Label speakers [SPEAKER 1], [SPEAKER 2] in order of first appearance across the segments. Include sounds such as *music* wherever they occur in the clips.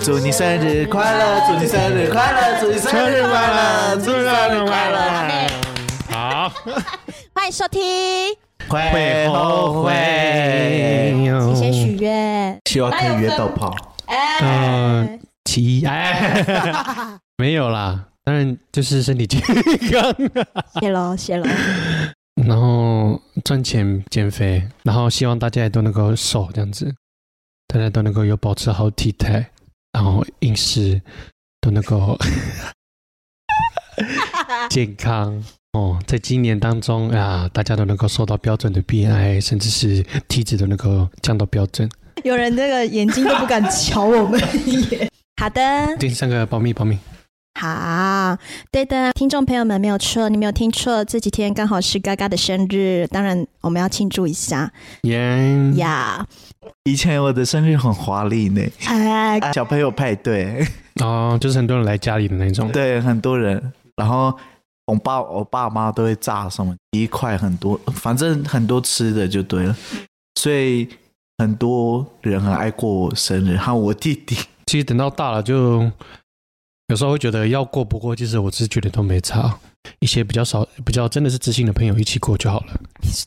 [SPEAKER 1] 祝你生日快乐，祝你生日快乐，祝你生日快乐，祝你生日快乐。
[SPEAKER 2] 好，
[SPEAKER 3] 欢迎收听，
[SPEAKER 2] *laughs*
[SPEAKER 1] 会后悔，
[SPEAKER 3] 请先许愿。
[SPEAKER 1] 希望可以约到炮。
[SPEAKER 4] 呃
[SPEAKER 3] 哎
[SPEAKER 2] 嗯，奇哎， *laughs* 没有啦，当然就是身体健康，
[SPEAKER 3] 谢喽，谢喽。
[SPEAKER 2] 然后赚钱减肥，然后希望大家也都能够瘦这样子，大家都能够有保持好体态，然后饮食都能够健康哦。在今年当中啊，大家都能够瘦到标准的 BMI，甚至是体脂都能够降到标准。
[SPEAKER 4] *laughs* 有人这个眼睛都不敢瞧我们一眼。
[SPEAKER 3] 好的，
[SPEAKER 2] 第三个保密保密，
[SPEAKER 3] 好，对的，听众朋友们没有错，你没有听错，这几天刚好是嘎嘎的生日，当然我们要庆祝一下
[SPEAKER 2] 耶、
[SPEAKER 4] 嗯
[SPEAKER 3] 呀！
[SPEAKER 1] 以前我的生日很华丽呢，
[SPEAKER 3] 哎，
[SPEAKER 1] 小朋友派对，
[SPEAKER 2] 哦，就是很多人来家里的那种。
[SPEAKER 1] 对，很多人，然后。我爸我爸妈都会炸什么一块很多，反正很多吃的就对了，所以很多人很爱过我生日，还有我弟弟，
[SPEAKER 2] 其实等到大了就，有时候会觉得要过不过，其实我是觉得都没差。一些比较少、比较真的是知心的朋友一起过就好了。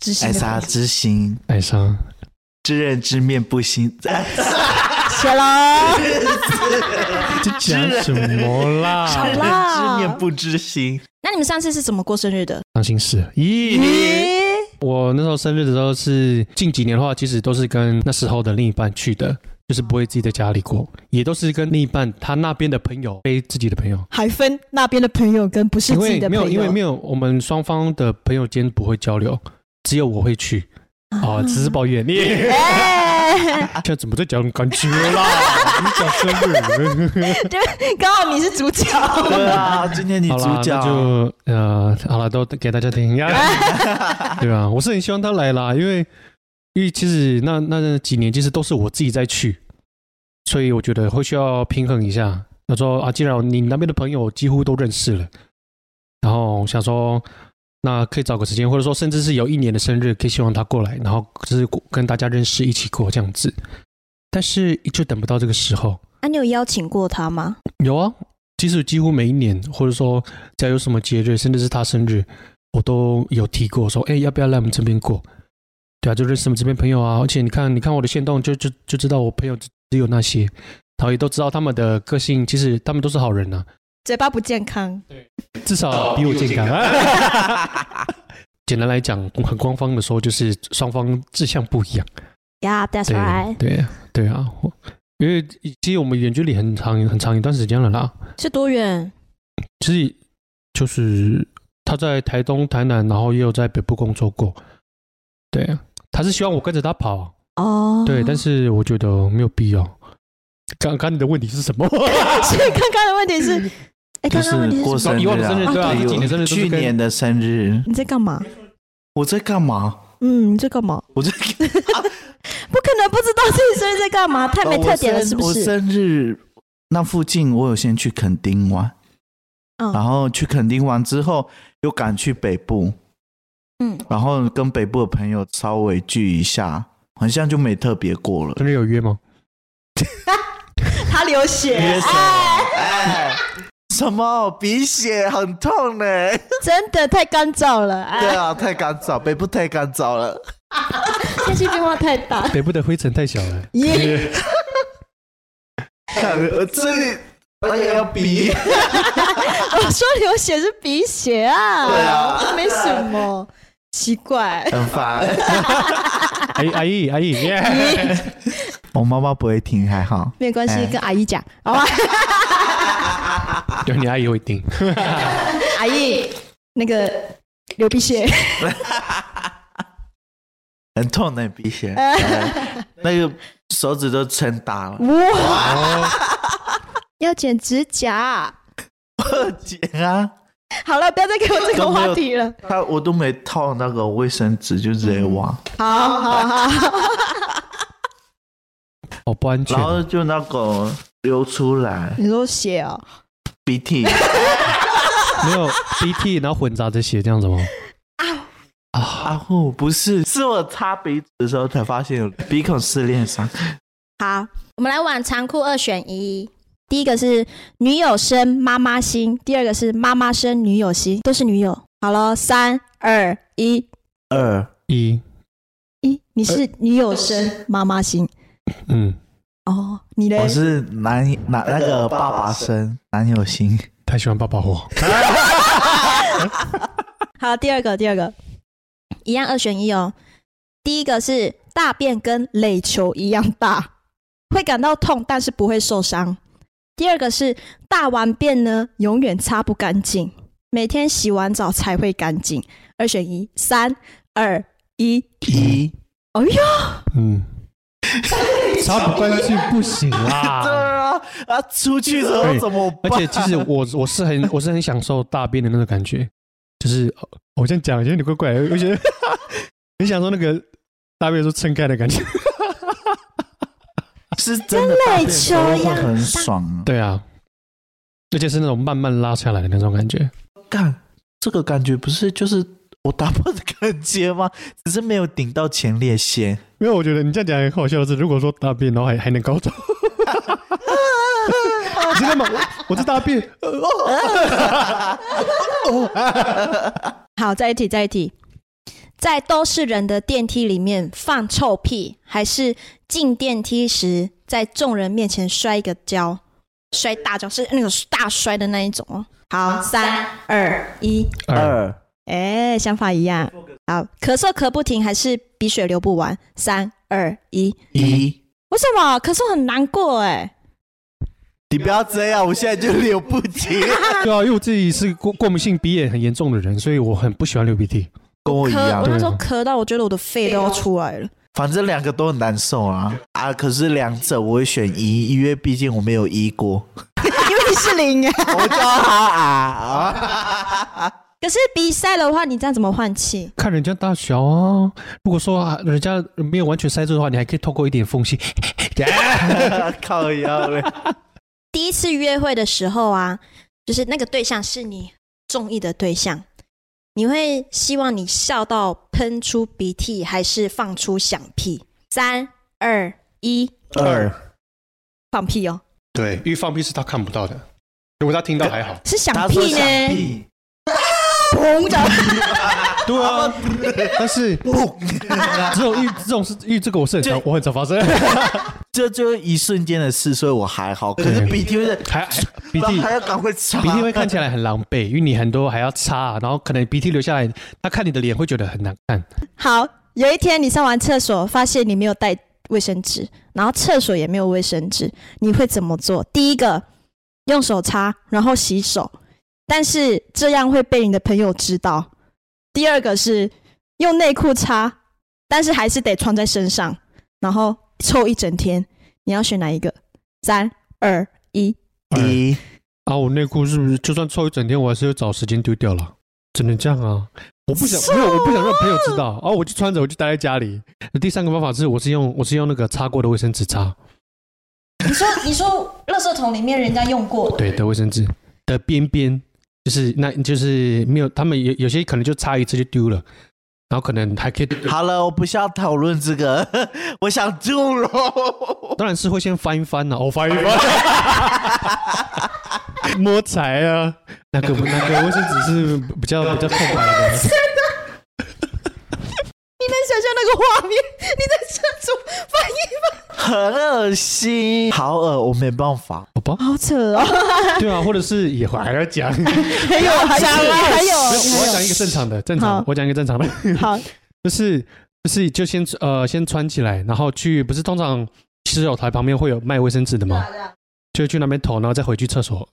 [SPEAKER 4] 知心
[SPEAKER 1] 爱
[SPEAKER 4] 的朋
[SPEAKER 1] 莎
[SPEAKER 4] 友
[SPEAKER 1] 之心，
[SPEAKER 2] 爱上
[SPEAKER 1] 知人知面不心，
[SPEAKER 3] 谢喽，
[SPEAKER 2] *laughs* 这讲什
[SPEAKER 1] *laughs*
[SPEAKER 2] 么
[SPEAKER 1] 知
[SPEAKER 2] 啦？
[SPEAKER 1] 人知
[SPEAKER 3] 啦
[SPEAKER 1] 面不知心。
[SPEAKER 3] 那你们上次是怎么过生日的？
[SPEAKER 2] *laughs* 伤心事。咦，
[SPEAKER 4] 哎
[SPEAKER 3] 咦，
[SPEAKER 2] 我那时候生日的时候是近几年的话，其实都是跟那时候的另一半去的，就是不会自己在家里过，也都是跟另一半他那边的朋友，非自己的朋友。
[SPEAKER 4] 还分那边的朋友跟不是
[SPEAKER 2] 因
[SPEAKER 4] 自己
[SPEAKER 2] 为
[SPEAKER 4] 的
[SPEAKER 2] 没
[SPEAKER 4] 朋友，
[SPEAKER 2] 有，因为没有，我们双方的朋友间不会交流，只有我会去。
[SPEAKER 4] 啊
[SPEAKER 2] 哦，只是抱
[SPEAKER 4] *laughs*
[SPEAKER 2] 怨你。
[SPEAKER 3] 啊哎，
[SPEAKER 2] 现在怎么在讲感觉啦？你讲生
[SPEAKER 4] *laughs*
[SPEAKER 2] 日，
[SPEAKER 3] *laughs* 刚好你是主 *laughs* 角，
[SPEAKER 1] 对啊，今天你
[SPEAKER 2] 好啦
[SPEAKER 1] 主，角
[SPEAKER 2] 那就呃，好了，都给大家听呀，
[SPEAKER 3] 啊
[SPEAKER 2] *laughs* 对吧？我是很希望他来啦，因为因为其实那那几年其实都是我自己在去，所以我觉得会需要平衡一下。他说啊，既然你那边的朋友几乎都认识了，然后想说。那可以找个时间，或者说甚至是有一年的生日，可以希望他过来，然后就是跟大家认识，一起过这样子。但是一直等不到这个时候，
[SPEAKER 3] 啊，你有邀请过他吗？
[SPEAKER 2] 有啊，其实几乎每一年，或者说只要有什么节日，甚至是他生日，我都有提过说，哎、要不要来我们这边过？对啊，就认识我们这边朋友啊。而且你看，你看我的线动，就就就知道我朋友只只有那些，然后也都知道他们的个性，其实他们都是好人呐、
[SPEAKER 4] 嘴巴不健康，
[SPEAKER 2] 至少比我健康。 *laughs* 简单来讲，很官方的说，就是双方志向不一样。
[SPEAKER 3] 呀、yeah,，That's
[SPEAKER 2] 对
[SPEAKER 3] right，
[SPEAKER 2] 对对啊，我因为其实我们远距离很长很长一段时间了啦。
[SPEAKER 3] 是多远？
[SPEAKER 2] 其实就是他在台东、台南，然后也有在北部工作过。对啊，他是希望我跟着他跑，啊
[SPEAKER 3] 哦，
[SPEAKER 2] 对，
[SPEAKER 3] *laughs*
[SPEAKER 2] 但是我觉得没有必要。刚刚你的问题是什么？
[SPEAKER 4] 所以刚刚的问题是
[SPEAKER 3] *laughs* 哎，
[SPEAKER 1] 就
[SPEAKER 3] 刚刚问题是
[SPEAKER 1] 过
[SPEAKER 3] 什么
[SPEAKER 1] 生
[SPEAKER 2] 以往的生
[SPEAKER 1] 日
[SPEAKER 2] 日对啊
[SPEAKER 1] 哎呦
[SPEAKER 2] 自己的生日都是
[SPEAKER 1] 去
[SPEAKER 2] 跟
[SPEAKER 1] 年的生日，
[SPEAKER 3] 你在干嘛？
[SPEAKER 1] 我在干嘛？
[SPEAKER 3] 嗯，你在干嘛？
[SPEAKER 1] 我在
[SPEAKER 3] 不可能不知道自己生日 *laughs* 在干嘛，太没特点了，是不
[SPEAKER 1] 哦我生
[SPEAKER 3] 是？
[SPEAKER 1] 我生日那附近，我有先去垦丁玩，然
[SPEAKER 3] 嗯
[SPEAKER 1] 后去垦丁玩之后，又赶去北部，
[SPEAKER 3] 嗯，
[SPEAKER 1] 然后跟北部的朋友稍微聚一下，好像就没特别过了。
[SPEAKER 2] 真的有约吗？
[SPEAKER 4] 他流
[SPEAKER 3] 嗯
[SPEAKER 4] 血，
[SPEAKER 1] 约什么？哎，什么鼻血很痛呢？
[SPEAKER 3] 哎真的太干燥了，
[SPEAKER 1] 对
[SPEAKER 3] *laughs* 哎，
[SPEAKER 1] 啊，太干燥，北部太干燥了。
[SPEAKER 3] 天气变化太大。
[SPEAKER 2] 北部的灰尘太小了。
[SPEAKER 3] *laughs*
[SPEAKER 4] 耶，
[SPEAKER 3] 哎
[SPEAKER 1] 看我这里，哎呀，要鼻。
[SPEAKER 3] 哦
[SPEAKER 4] 我说流血是鼻血啊，
[SPEAKER 1] 对啊，
[SPEAKER 4] 没什么奇
[SPEAKER 1] *laughs*
[SPEAKER 4] 怪，
[SPEAKER 1] 很烦。
[SPEAKER 2] 阿哎姨，阿姨，阿姨，
[SPEAKER 1] 我妈妈不会听，还好。
[SPEAKER 4] 没关系
[SPEAKER 1] 哎，
[SPEAKER 4] 跟阿姨讲，好啊吧，
[SPEAKER 2] 有你阿姨会听。
[SPEAKER 4] 阿姨，那个流鼻
[SPEAKER 3] *laughs*
[SPEAKER 4] 血，
[SPEAKER 1] 很痛的鼻血，哎 *laughs* 那个手指都撑大了。
[SPEAKER 4] 哇，
[SPEAKER 2] 哦，
[SPEAKER 4] 要剪指甲，
[SPEAKER 1] 二 *laughs* 姐啊，
[SPEAKER 4] 好了，不要再给我这个话题了，
[SPEAKER 1] 他我都没套那个卫生纸，就直接挖，
[SPEAKER 4] 好好好，
[SPEAKER 3] *laughs*
[SPEAKER 2] 好哦不安全
[SPEAKER 1] 然。后就那个流出来
[SPEAKER 4] 你说血哦，
[SPEAKER 1] 鼻 *laughs* 涕，
[SPEAKER 2] 没有 BT，然后混杂着血这样子吗？
[SPEAKER 1] 啊呼，不是，是我擦鼻子的时候才发现有鼻孔撕裂伤。
[SPEAKER 3] 好，我们来玩残酷二选一。第一个是女友生妈妈心，第二个是妈妈生女友心，都是女友。好了，三二一
[SPEAKER 1] 二
[SPEAKER 2] 一
[SPEAKER 3] 一，你
[SPEAKER 1] 呃
[SPEAKER 3] 是女友生妈妈心
[SPEAKER 2] 嗯，
[SPEAKER 3] 哦，你嘞
[SPEAKER 1] 我？是男男那个爸爸生男友 *laughs* 心，
[SPEAKER 2] 太喜欢爸爸我。
[SPEAKER 3] 好，第二个，第二个，一样二选一哦。第一个是大便跟垒球一样大，会感到痛，但是不会受伤。第二个是大完便呢，永远擦不干净，每天洗完澡才会干净。二选一，三二一，
[SPEAKER 1] 一
[SPEAKER 3] 哎呦，
[SPEAKER 2] 嗯，擦不干净不行
[SPEAKER 1] *laughs*
[SPEAKER 2] 啦。
[SPEAKER 1] 啊啊，出去之后
[SPEAKER 2] 对
[SPEAKER 1] 怎么
[SPEAKER 2] *laughs* 而
[SPEAKER 1] 办？
[SPEAKER 2] 且其实我我是很我是很享受大便的那种感觉，就是呃我这样讲有点怪怪的，我觉得 *laughs* 很享受那个大便都撑开的感觉。 *laughs*
[SPEAKER 1] 是真的哎大便的时候
[SPEAKER 3] 跟垒球一样
[SPEAKER 1] 会很爽啊。
[SPEAKER 2] 对啊，而且是那种慢慢拉下来的那种感觉。
[SPEAKER 1] 干，这个感觉不是就是我打破的感觉吗？ *laughs* 只是没有顶到前列腺。
[SPEAKER 2] 没有，我觉得你这样讲很好笑的是，如果说大便然后还还能高潮， *laughs* 你知道吗？我我这大便，呃
[SPEAKER 3] 好，再一题，再一题，在都是人的电梯里面放臭屁，还是进电梯时在众人面前摔一个跤，摔大跤是那种大摔的那一种哦。好，三二一，
[SPEAKER 2] 呃
[SPEAKER 1] 二
[SPEAKER 3] 哎、想法一样。好，咳嗽咳不停，还是鼻血流不完？三二一，
[SPEAKER 1] 一，
[SPEAKER 3] 为什么咳嗽很难过、哎，
[SPEAKER 1] 你不要这样，我现在就流不
[SPEAKER 3] *laughs*
[SPEAKER 1] 起。
[SPEAKER 2] 对啊，因为我自己是过过敏性鼻炎很严重的人，所以我很不喜欢流鼻涕。
[SPEAKER 1] 跟我一
[SPEAKER 3] 咳，
[SPEAKER 1] 样啊
[SPEAKER 3] 我，那时候
[SPEAKER 2] 对
[SPEAKER 3] 咳到我觉得我的肺都要出来了。
[SPEAKER 1] 反正两个都很难受啊啊！可是两者我会选一，因为毕竟我没有一过，
[SPEAKER 3] *laughs* 因为你是零啊。
[SPEAKER 1] *laughs* 我叫他啊啊！
[SPEAKER 3] 可是鼻塞的话，你这样怎么换气？
[SPEAKER 2] 看人家大小啊，如果说啊人家没有完全塞住的话，你还可以透过一点缝 *laughs* 隙。哎
[SPEAKER 3] 啊
[SPEAKER 1] *laughs* 靠腰嘞，
[SPEAKER 3] 第一次约会的时候啊，就是那个对象是你中意的对象，你会希望你笑到喷出鼻涕，还是放出响屁？三二一，
[SPEAKER 1] 二
[SPEAKER 3] 放屁哦，
[SPEAKER 2] 对，因为放屁是他看不到的，如果他听到还好。
[SPEAKER 3] 是响
[SPEAKER 1] 他说
[SPEAKER 3] 屁
[SPEAKER 1] 想
[SPEAKER 3] 呢？
[SPEAKER 1] 屁，
[SPEAKER 3] 砰的，
[SPEAKER 2] 对啊，但是这种遇这种是遇这个我是很常我很常发生，
[SPEAKER 1] 这就是一瞬间的事，所以我还好。可是
[SPEAKER 2] 对
[SPEAKER 1] 鼻涕会在
[SPEAKER 2] *laughs* 还还鼻涕
[SPEAKER 1] 还要赶快擦，
[SPEAKER 2] 鼻涕会看起来很狼狈，因为你很多还要擦，然后可能鼻涕流下来，他看你的脸会觉得很难看。
[SPEAKER 3] 好，有一天你上完厕所，发现你没有带卫生纸，然后厕所也没有卫生纸，你会怎么做？第一个，用手擦，然后洗手，但是这样会被你的朋友知道。第二个是用内裤擦，但是还是得穿在身上，然后臭一整天。你要选哪一个？三二一，
[SPEAKER 1] 一
[SPEAKER 2] 啊，我内裤是不是就算臭一整天，我还是要找时间丢掉了？只能这样啊！我不想没有，我不想让朋友知道啊！我就穿着，我就待在家里。第三个方法是，我是用我是用那个擦过的卫生纸擦，
[SPEAKER 3] 你说你说，垃圾桶里面人家用过
[SPEAKER 2] 对的卫生纸的边边，就是那就是没有，他们有有些可能就擦一次就丢了，然后可能还可以，
[SPEAKER 1] 好了，我不想讨论这个， *laughs* 我想吐了。
[SPEAKER 2] 当然是会先翻一翻呐、我翻一翻， *laughs* 摸柴啊，那个那个卫生纸是比较比较空白的。
[SPEAKER 3] 你能想象那个画面？你在厕所翻一
[SPEAKER 1] *laughs*
[SPEAKER 3] 翻，
[SPEAKER 1] 很恶心，好恶，我没办法。
[SPEAKER 2] 好吧，
[SPEAKER 3] 好扯哦。
[SPEAKER 2] 对啊，或者是也还要讲， *laughs* 没有
[SPEAKER 3] *laughs* 还有，还有，还
[SPEAKER 2] 我要
[SPEAKER 3] 有，
[SPEAKER 2] 讲一个正常的，正常
[SPEAKER 3] 好
[SPEAKER 2] 的，我讲一个正常的，
[SPEAKER 3] 好，
[SPEAKER 2] 就是就是就先呃先穿起来，然后去不是通常洗手台旁边会有卖卫生纸的吗？就去那边投，然后再回去厕所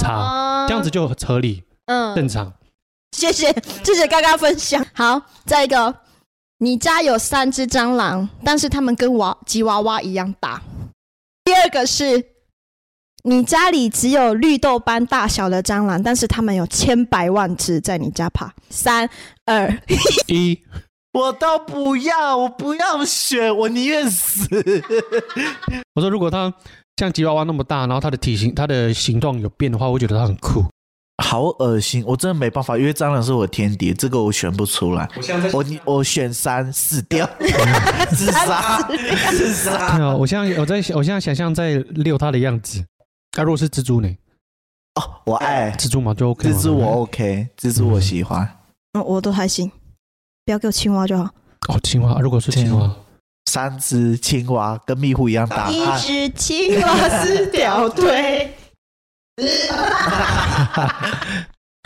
[SPEAKER 2] 擦，
[SPEAKER 3] 好
[SPEAKER 2] 这样子，就很合理正
[SPEAKER 3] 嗯，
[SPEAKER 2] 常。
[SPEAKER 3] 谢谢，谢谢刚刚分享。好，再一个哦，你家有三只蟑螂，但是它们跟娃吉娃娃一样大。第二个是。你家里只有绿豆般大小的蟑螂，但是它们有千百万只在你家爬。三二
[SPEAKER 2] 一
[SPEAKER 1] 我倒不要，我不要选，我宁愿死。 *laughs*
[SPEAKER 2] 我说如果它像吉娃娃那么大，然后它的体型、它的形状有变的话，我会觉得它很酷。
[SPEAKER 1] 好恶心，我真的没办法，因为蟑螂是我的天敌，这个我选不出来。我宁我选三，死
[SPEAKER 2] *laughs*
[SPEAKER 1] 掉，自杀，自杀。
[SPEAKER 2] 对啊，我现在我在想我现在想象在遛它的样子，那、如果是蜘蛛呢？
[SPEAKER 1] 哦，我爱
[SPEAKER 2] 蜘蛛嘛就 OK 嘛。
[SPEAKER 1] 蜘蛛，我 OK，蜘蛛我喜欢。
[SPEAKER 3] 嗯，我都还行，不要给我青蛙就好。
[SPEAKER 2] 哦，青蛙，如果是青蛙，
[SPEAKER 1] 三只青蛙跟壁虎一样大，
[SPEAKER 4] 一
[SPEAKER 1] 啊
[SPEAKER 4] 只青蛙
[SPEAKER 3] *laughs*
[SPEAKER 4] 四条腿，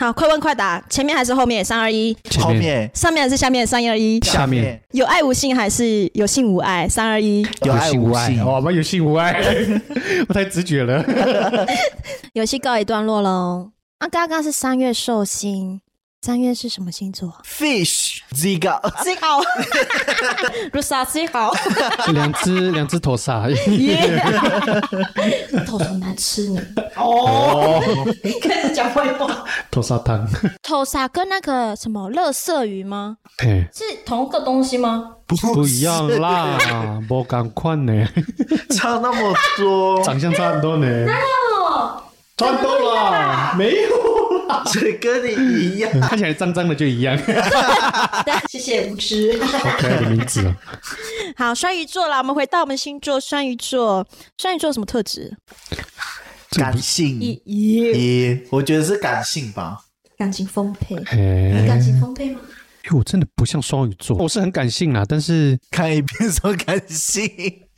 [SPEAKER 3] 好，快问快答，前面还是后面？三二一，
[SPEAKER 2] 前
[SPEAKER 1] 后面
[SPEAKER 3] 上面还是下面？三二一，
[SPEAKER 2] 下面
[SPEAKER 3] 有爱无性还是有性无爱？三二一，
[SPEAKER 1] 有爱
[SPEAKER 2] 性
[SPEAKER 1] 无
[SPEAKER 2] 爱，
[SPEAKER 1] 性，
[SPEAKER 2] 哦我们有性无爱，我太直觉了。
[SPEAKER 3] 游戏告一段落喽。啊，刚刚是三月寿星，三月是什么星座
[SPEAKER 1] fish Ziga，
[SPEAKER 3] 最好， *laughs* 如啥最好？
[SPEAKER 2] 两只两只头鲨，
[SPEAKER 3] *laughs* 头头难吃 *laughs* 呢。
[SPEAKER 1] 哦
[SPEAKER 4] 开始讲坏话。
[SPEAKER 2] 头鲨汤。
[SPEAKER 3] 头沙跟那个什么乐色鱼吗？
[SPEAKER 2] 嘿，
[SPEAKER 3] 是同一个东西吗？
[SPEAKER 2] 不一样啦，不赶快 *laughs* 呢，
[SPEAKER 1] *laughs* 差那么多，
[SPEAKER 2] 长相差很多呢。
[SPEAKER 4] 哦
[SPEAKER 2] 穿到了，没有啦，
[SPEAKER 1] *laughs* 这跟你一样。
[SPEAKER 2] *laughs* 看起来脏脏的就一样。
[SPEAKER 4] *laughs* 谢谢无知。
[SPEAKER 2] 好可爱的名 *laughs* 字啊！
[SPEAKER 3] *laughs* 好，双鱼座啦，我们回到我们星座，双鱼座，双鱼座有什么特质？
[SPEAKER 1] 感性，
[SPEAKER 3] 咦，
[SPEAKER 1] 一，我觉得是感性吧。
[SPEAKER 3] 感情丰沛，
[SPEAKER 2] 嘿，
[SPEAKER 4] 哎感情丰沛吗？
[SPEAKER 2] 因为哎我真的不像双鱼座，我是很感性啦，但是
[SPEAKER 1] 看一遍说感 *laughs* 性，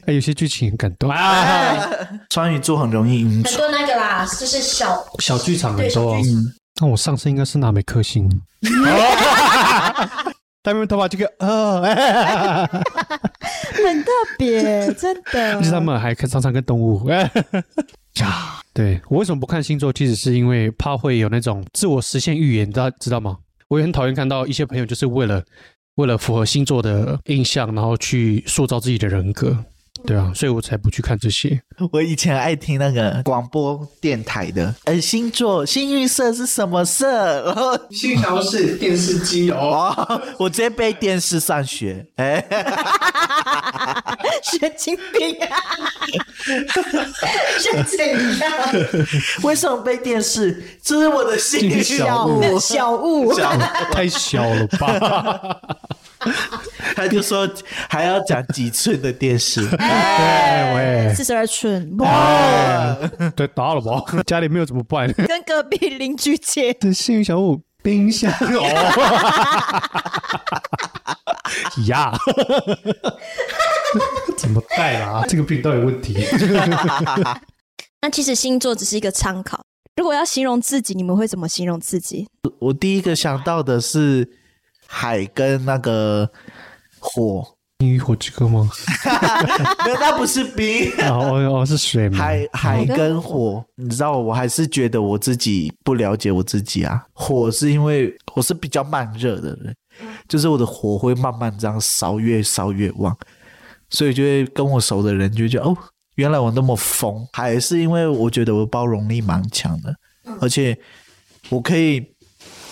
[SPEAKER 2] 哎，有些剧情很感动啊。
[SPEAKER 1] 双鱼座很容易晕
[SPEAKER 4] 很
[SPEAKER 1] 船，
[SPEAKER 4] 多那个啦，就是小
[SPEAKER 2] 小剧场很
[SPEAKER 4] 对
[SPEAKER 2] 多
[SPEAKER 4] 小
[SPEAKER 2] 啊
[SPEAKER 4] 剧。场，
[SPEAKER 2] 那我上身应该是哪枚克 *laughs* 星？ *laughs* 大面头发这个， *laughs* 呃，
[SPEAKER 3] 很特别，真的
[SPEAKER 2] 而且他们还常常跟动 *laughs* 物。呀，对我为什么不看星座？其实是因为怕会有那种自我实现预言，大家知道吗？我也很讨厌看到一些朋友就是为了为了符合星座的印象，然后去塑造自己的人格。对啊，所以我才不去看这些。
[SPEAKER 1] 我以前爱听那个广播电台的，呃，星座幸运色是什么色？ *laughs* 然后
[SPEAKER 5] 新桥是电视机哦，
[SPEAKER 1] *laughs* 哦，我直接被电视上学，哎，
[SPEAKER 4] 神经病
[SPEAKER 3] *laughs*
[SPEAKER 4] 啊！是怎样？
[SPEAKER 1] 为什么被电视？这是我的幸运
[SPEAKER 2] 小
[SPEAKER 1] 物，
[SPEAKER 4] 小物
[SPEAKER 1] 小物
[SPEAKER 2] *laughs* 太小了吧？
[SPEAKER 1] *laughs* 他就说还要讲几寸的电视，
[SPEAKER 2] 对喂，
[SPEAKER 3] 哎
[SPEAKER 2] 哎
[SPEAKER 3] 四十二寸，
[SPEAKER 2] *laughs* 对，打了 *laughs* 吧？家里没有怎么办？
[SPEAKER 3] 跟隔壁邻居借。
[SPEAKER 2] 的幸运小物冰箱哦， *laughs* 呀，怎么带啦？这个病到底有问题？
[SPEAKER 3] 那其实星座只是一个参考，如果要形容自己，你们会怎么形容自己？
[SPEAKER 1] 我第一个想到的是海跟那个火，
[SPEAKER 2] 冰与火之歌吗？
[SPEAKER 1] 没有，那不是冰。
[SPEAKER 2] *laughs* 哦哦哦，是水吗？
[SPEAKER 1] 海海跟火，你知道，我还是觉得我自己不了解我自己啊。火是因为我是比较慢热的人，就是我的火会慢慢这样烧，越烧越旺，所以就会跟我熟的人就觉得哦，原来我那么疯。还是因为我觉得我包容力蛮强的，而且我可以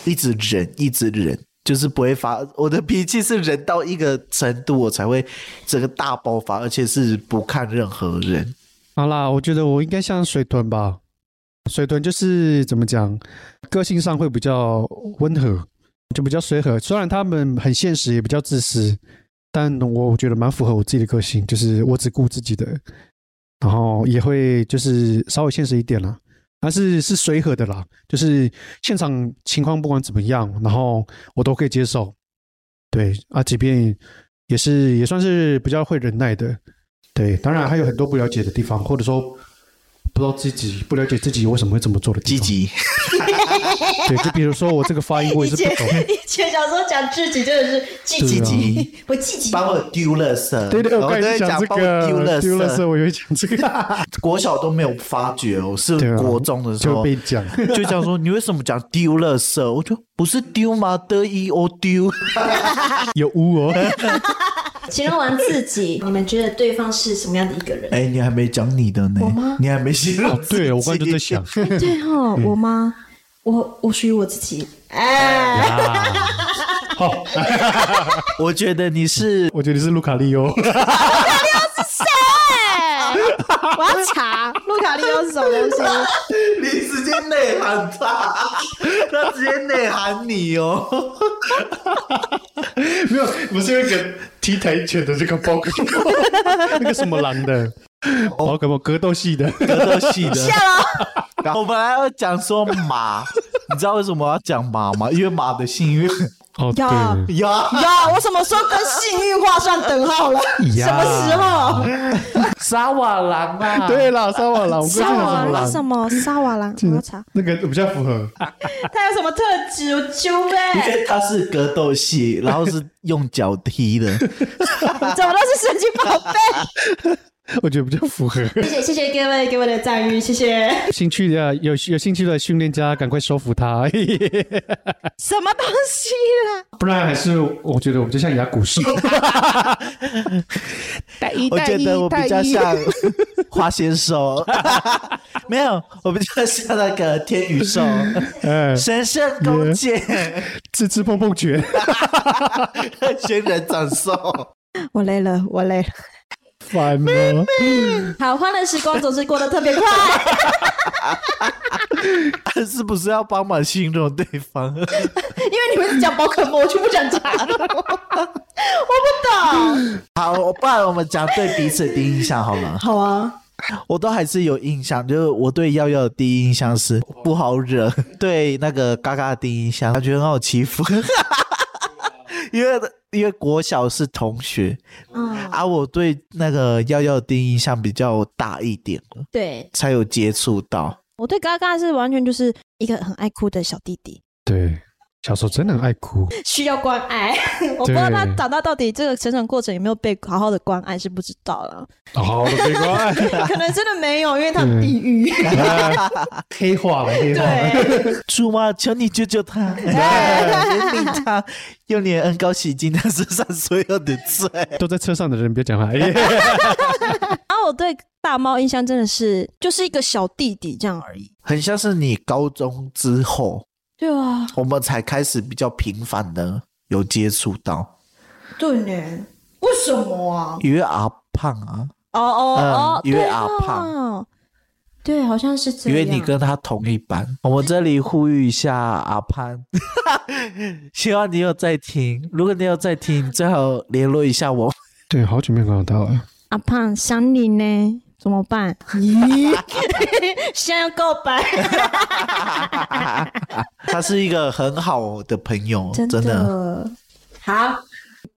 [SPEAKER 1] 一直忍，一直忍。就是不会发，我的脾气是忍到一个程度，我才会整个大爆发，而且是不看任何人。
[SPEAKER 2] 好啦，我觉得我应该像水豚吧。水豚就是怎么讲，个性上会比较温和，就比较随和。虽然他们很现实，也比较自私，但我觉得蛮符合我自己的个性，就是我只顾自己的，然后也会就是稍微现实一点啦。但是是随和的啦，就是现场情况不管怎么样，然后我都可以接受。对啊，即便也是也算是比较会忍耐的，对，当然还有很多不了解的地方，或者说不知道自己不了解自己为什么会这么做的地
[SPEAKER 1] 积
[SPEAKER 2] 方。
[SPEAKER 1] 极，
[SPEAKER 2] *laughs* 对，就比如说我这个发音，我
[SPEAKER 4] 以
[SPEAKER 2] 也是不
[SPEAKER 4] 前
[SPEAKER 2] 懂。
[SPEAKER 4] *laughs* 以前小时候讲自己真的是积
[SPEAKER 1] 积
[SPEAKER 4] 极，
[SPEAKER 1] 极，
[SPEAKER 4] *laughs* 我积极，
[SPEAKER 1] 帮我丢垃圾。
[SPEAKER 2] 啊对对，
[SPEAKER 1] 然
[SPEAKER 2] 我
[SPEAKER 1] 后
[SPEAKER 2] 刚
[SPEAKER 1] 都
[SPEAKER 2] 才
[SPEAKER 1] 会
[SPEAKER 2] 讲
[SPEAKER 1] 讲
[SPEAKER 2] 这
[SPEAKER 1] 帮我
[SPEAKER 2] 个
[SPEAKER 1] 丢垃
[SPEAKER 2] 丢垃圾，
[SPEAKER 1] 圾。
[SPEAKER 2] 我也讲这 *laughs* 个，
[SPEAKER 1] 国小都没有发觉哦，是
[SPEAKER 2] 对啊
[SPEAKER 1] 国中的时
[SPEAKER 2] 就
[SPEAKER 1] 候
[SPEAKER 2] 被讲。
[SPEAKER 1] *laughs* 就讲说你为什么讲丢垃圾？我就不是丢吗？得一哦丢， *laughs*
[SPEAKER 2] 有污 *laughs* 哦。
[SPEAKER 4] 形容完自己，你们觉得对方是什么样的一个人？
[SPEAKER 1] 哎，你还没讲你的呢
[SPEAKER 4] 我吗，
[SPEAKER 1] 你还没形容
[SPEAKER 2] 哦，
[SPEAKER 1] 自己。
[SPEAKER 2] 对，我刚才就在想，
[SPEAKER 3] 对哦，我妈，
[SPEAKER 4] 我我属于我自己，
[SPEAKER 2] 好，
[SPEAKER 1] 我觉得你是 *laughs*
[SPEAKER 2] 我觉得是卢卡利 *laughs* 哦。
[SPEAKER 4] *laughs*
[SPEAKER 3] 哎，我要查路卡利欧是什么东 *laughs* 西？
[SPEAKER 1] 你直接内涵他， *laughs* 他直接内涵你哦。
[SPEAKER 2] *laughs* 没有，不是那个踢跆拳的这个包哥，那个什么狼的，宝可梦格斗系的，
[SPEAKER 1] 格斗系的
[SPEAKER 4] *laughs*
[SPEAKER 3] 下。了，
[SPEAKER 1] 然 *laughs* 后我本来要讲说马，你知道为什么我要讲马吗？因为 *laughs* 马的幸运
[SPEAKER 2] *laughs* 哦对，
[SPEAKER 3] 呀
[SPEAKER 2] 呀
[SPEAKER 1] 呀，
[SPEAKER 3] 呀，我什么时候跟幸运画上等号了？什么时候？
[SPEAKER 1] 沙瓦狼啊，
[SPEAKER 2] 对啦，沙瓦朗，我
[SPEAKER 3] 沙瓦
[SPEAKER 2] 跟
[SPEAKER 3] 狼
[SPEAKER 2] 你
[SPEAKER 3] 是
[SPEAKER 2] 讲，
[SPEAKER 3] 什么？沙瓦狼，我要查。
[SPEAKER 2] 那个比较符合。
[SPEAKER 3] 它有什么特质？我揪
[SPEAKER 1] 因
[SPEAKER 3] 呗！
[SPEAKER 1] 为它是格斗系，然后是用脚踢 *laughs* 的，
[SPEAKER 3] 怎么都是神奇宝贝？
[SPEAKER 2] 我觉得比较符合。
[SPEAKER 4] 谢谢谢谢各位给我的赞誉，谢谢。
[SPEAKER 2] 兴趣的有有兴趣的训练家，赶快收服他，
[SPEAKER 3] 什么东西
[SPEAKER 4] 啊
[SPEAKER 3] 啦？
[SPEAKER 2] *laughs* 不然还是我觉得我们就像雅古士。
[SPEAKER 1] 我觉得我比较像花仙 *laughs* 兽，没有，我比较像那个天宇 *laughs* 兽，
[SPEAKER 2] *laughs* *laughs* 哎，
[SPEAKER 1] 神圣弓 *laughs* 箭，
[SPEAKER 2] 自知碰碰拳，
[SPEAKER 1] 仙人掌兽。
[SPEAKER 3] 我累了，我累了。
[SPEAKER 2] 烦哦。
[SPEAKER 4] 好，欢乐时光总是过得特别快。
[SPEAKER 3] *laughs*
[SPEAKER 1] 是不是要帮忙形容对方？
[SPEAKER 4] 因为你们是讲宝可梦，我就不想讲了。
[SPEAKER 1] *laughs* 好，不然我们讲对彼此的第一印象好了。
[SPEAKER 4] 好啊，
[SPEAKER 1] 我都还是有印象，就是我对耀耀的第一印象是不好 *laughs* 惹，对那个嘎嘎的第一印象感觉很好欺 *laughs* 负，因为因为国小是同学，
[SPEAKER 4] 嗯，
[SPEAKER 1] 啊，我对那个耀耀的第一印象比较大一点了，
[SPEAKER 4] 对，
[SPEAKER 1] 才有接触到。
[SPEAKER 3] 我对嘎嘎是完全就是一个很爱哭的小弟弟，
[SPEAKER 2] 对，小时候真的很爱哭，
[SPEAKER 4] 需要关爱。
[SPEAKER 3] *laughs* 我不知道
[SPEAKER 2] 对
[SPEAKER 3] 他长大到底这个成长过程有没有被好好的关爱是不知道了，
[SPEAKER 2] 好的没关系。
[SPEAKER 4] 啊
[SPEAKER 3] 可能真的没有，因为他很地狱。
[SPEAKER 2] *laughs* 黑化了，黑化了。
[SPEAKER 4] 嗯对，啊
[SPEAKER 1] 猪妈，求你救哎救 *laughs* 他，怜悯他，用你的恩膏洗净他身上所有的罪。
[SPEAKER 2] *laughs* 都在车上的人别讲话。 *laughs* 哎
[SPEAKER 3] 然后我对大猫印象真的是就是一个小弟弟这样而已。
[SPEAKER 1] 很像是你高中之后，
[SPEAKER 3] 对啊，
[SPEAKER 1] 我们才开始比较频繁的有接触到，
[SPEAKER 4] 对呢，为什么啊？
[SPEAKER 1] 因为阿胖啊，
[SPEAKER 3] 哦哦
[SPEAKER 1] 嗯
[SPEAKER 3] 哦，
[SPEAKER 1] 因为
[SPEAKER 3] 对
[SPEAKER 1] 阿
[SPEAKER 3] 哦，对，好像是这
[SPEAKER 1] 因
[SPEAKER 3] 样。
[SPEAKER 1] 为你跟他同一班。我们这里呼吁一下阿潘， *laughs* 希望你有在听。如果你有在听，最好联络一下我。
[SPEAKER 2] 对，好久没有看到他了。
[SPEAKER 3] 阿胖想你呢，怎么办？ *laughs* 咦，想要告白，
[SPEAKER 1] 他是一个很好的朋
[SPEAKER 3] *laughs*
[SPEAKER 1] 友，真
[SPEAKER 3] 的。
[SPEAKER 4] 好，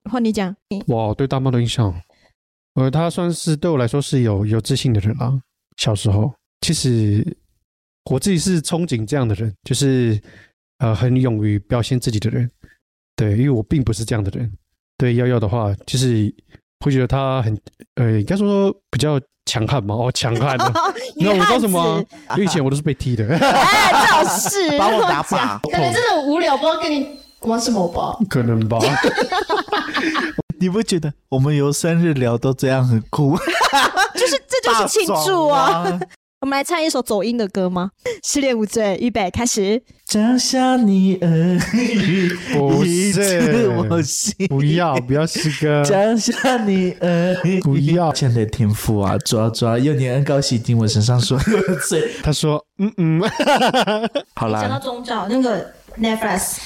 [SPEAKER 3] 换你讲，你
[SPEAKER 2] 哇，对大猫的印象，呃，他算是对我来说是有有自信的人啦。小时候，其实我自己是憧憬这样的人，就是呃，很勇于表现自己的人。对，因为我并不是这样的人。对幺幺的话，就是会觉得他很呃，应该说比较强悍嘛。哦，强悍的、那我知道什么啊、因为以前我都是被踢的， *laughs*
[SPEAKER 3] 哎，这种事，
[SPEAKER 1] *laughs* 把我
[SPEAKER 3] *laughs*
[SPEAKER 1] 打靶。
[SPEAKER 4] 可能真的无聊，不知道跟你玩什么吧。
[SPEAKER 2] 可能吧。
[SPEAKER 1] 你不觉得我们由生日聊都这样很酷？
[SPEAKER 3] 就是这就是庆
[SPEAKER 1] *laughs*
[SPEAKER 3] 祝啊！！我们来唱一首走音的歌吗？失恋无罪，预备开始。
[SPEAKER 1] 摘下你耳语，
[SPEAKER 2] 不
[SPEAKER 1] 一
[SPEAKER 2] 是
[SPEAKER 1] 直我心。
[SPEAKER 2] 不要，不要是个。
[SPEAKER 1] 摘下你呃耳语，
[SPEAKER 2] 不要
[SPEAKER 1] 欠的天赋啊！抓抓，用你的恩膏洗净我身上所有的罪。
[SPEAKER 2] 他说：“嗯嗯，
[SPEAKER 1] 好
[SPEAKER 4] 讲到
[SPEAKER 1] 啦，
[SPEAKER 4] 宗教，那个 Netflix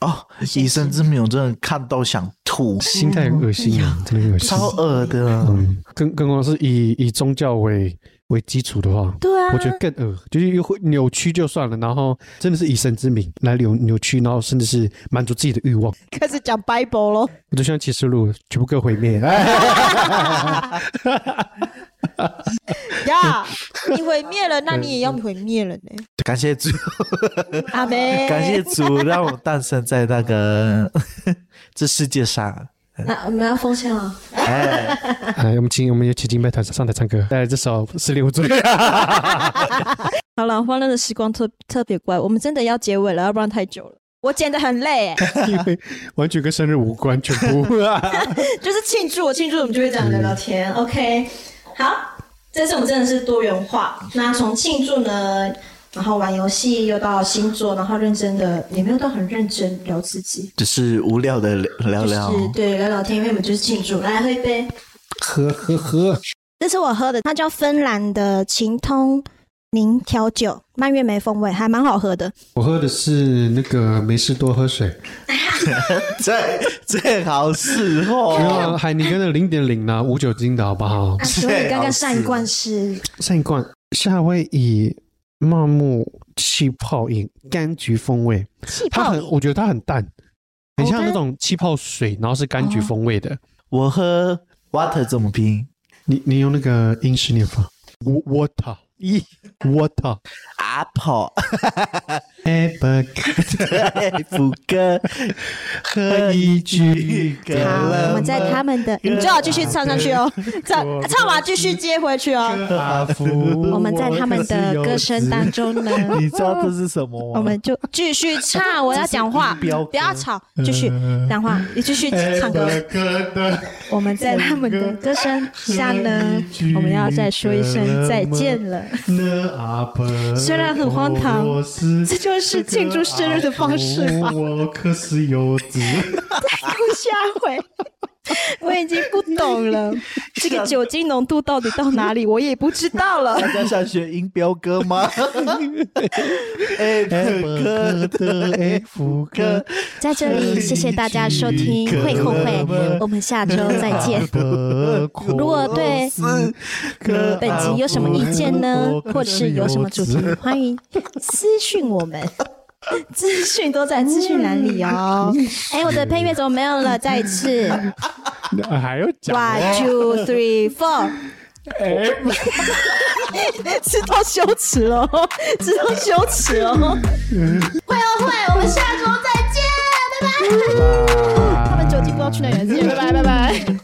[SPEAKER 1] 哦，以生之名，我真的看到想 *laughs* 吐，
[SPEAKER 2] 心态很恶心啊，真的很恶心。
[SPEAKER 1] 超恶的。
[SPEAKER 2] 嗯，更更何况是以以宗教为为基础的话，
[SPEAKER 3] 对啊
[SPEAKER 2] 我觉得更恶，就是又会扭曲就算了，然后真的是以神之名来扭扭曲，然后甚至是满足自己的欲望。
[SPEAKER 3] 开始讲
[SPEAKER 1] *laughs*
[SPEAKER 3] Bible 咯。
[SPEAKER 2] 我就希望启示录全部各毁灭。哎，
[SPEAKER 3] 呀，你毁灭了，那你也要毁灭了呢。
[SPEAKER 1] 感
[SPEAKER 4] *laughs*
[SPEAKER 1] 谢主，
[SPEAKER 3] 阿
[SPEAKER 1] *laughs*
[SPEAKER 3] 妹，
[SPEAKER 1] 感谢主，让我诞生在那个 *laughs* 这世界上。
[SPEAKER 4] 那我们要奉献了。
[SPEAKER 1] 哎。
[SPEAKER 2] 哎我们请我们也请金麦团上台唱歌，哎带来这首《十六罪》。
[SPEAKER 3] 好了，欢乐的时光特特别乖，我们真的要结尾了，要不然太久了。我剪得很累、
[SPEAKER 2] *laughs*
[SPEAKER 3] 哎，
[SPEAKER 2] *laughs* 因为完全跟生日无关，全部。
[SPEAKER 3] 就是庆祝，我庆祝，我们就
[SPEAKER 4] 就会这样聊聊天。OK，好，这次我们真的是多元化。那从庆祝呢，然后玩游戏，又到星座，然后认真的，也没有到很认真聊自己，
[SPEAKER 1] 只是无聊的聊聊，
[SPEAKER 4] 就是对聊聊天，因为我们就是庆祝。来喝一杯，
[SPEAKER 2] 呵呵呵，
[SPEAKER 3] 这是我喝的，它叫芬兰的晴通零调酒，蔓越莓风味，还蛮好喝的。
[SPEAKER 2] 我喝的是那个没事多喝水，
[SPEAKER 1] 这这好事
[SPEAKER 2] 没有
[SPEAKER 1] 哦。
[SPEAKER 2] 啊海尼根的零点零啦，无酒精的好不
[SPEAKER 4] 啊，？
[SPEAKER 2] 好
[SPEAKER 4] 请问你刚刚上一罐是
[SPEAKER 2] 上一罐夏威夷茂木气泡饮，柑橘风味，
[SPEAKER 3] 气
[SPEAKER 2] 它
[SPEAKER 3] 泡哦
[SPEAKER 2] 很，我觉得它很淡，很像
[SPEAKER 3] OK
[SPEAKER 2] 那种气泡水，然后是柑橘风味的。
[SPEAKER 1] 我喝 water 怎么拼
[SPEAKER 2] 哦你你用那个英式念法，water，咦，water
[SPEAKER 1] ？Apple
[SPEAKER 2] ever
[SPEAKER 1] 福哥，
[SPEAKER 2] 喝一句可
[SPEAKER 3] 好，
[SPEAKER 2] 乐
[SPEAKER 3] 我们在他们的，你们最好继续唱上去哦，唱唱完继续接回去哦。
[SPEAKER 2] 阿福，
[SPEAKER 3] 我们在他们的歌声当中呢，
[SPEAKER 1] 你知道这是什么吗？
[SPEAKER 3] 我们就继续唱。我要讲话，
[SPEAKER 1] 标歌
[SPEAKER 3] 不要吵，继续讲话，你继续唱歌。我们在他们的歌声下呢，我们要再说一声再见了。
[SPEAKER 2] *laughs*
[SPEAKER 3] 虽然很荒唐这就是庆祝生日的方式吧。
[SPEAKER 2] 我可是柚子，
[SPEAKER 3] 不下回， *laughs* 我已经不懂了，这个酒精浓度到底到哪里，我也不知道了。
[SPEAKER 1] 大家想学音标歌
[SPEAKER 3] *laughs*
[SPEAKER 1] 吗哎？Apple 哥的
[SPEAKER 2] 哎
[SPEAKER 1] F 哥，
[SPEAKER 3] 在这里，谢谢大家收听《会后会》，我们下周再见。如果对本集有什么意见呢，或是有什么主题，欢迎私讯我们。资讯都在资讯栏里哦。哎，我的配乐怎么没有了？再一次
[SPEAKER 2] 还要讲
[SPEAKER 3] ，one two three four。知道羞耻了哦，知道羞耻了哦。
[SPEAKER 4] 会哦会，我们下周再见，拜拜。
[SPEAKER 3] 他们酒精不知道去哪里了，再见拜拜拜拜。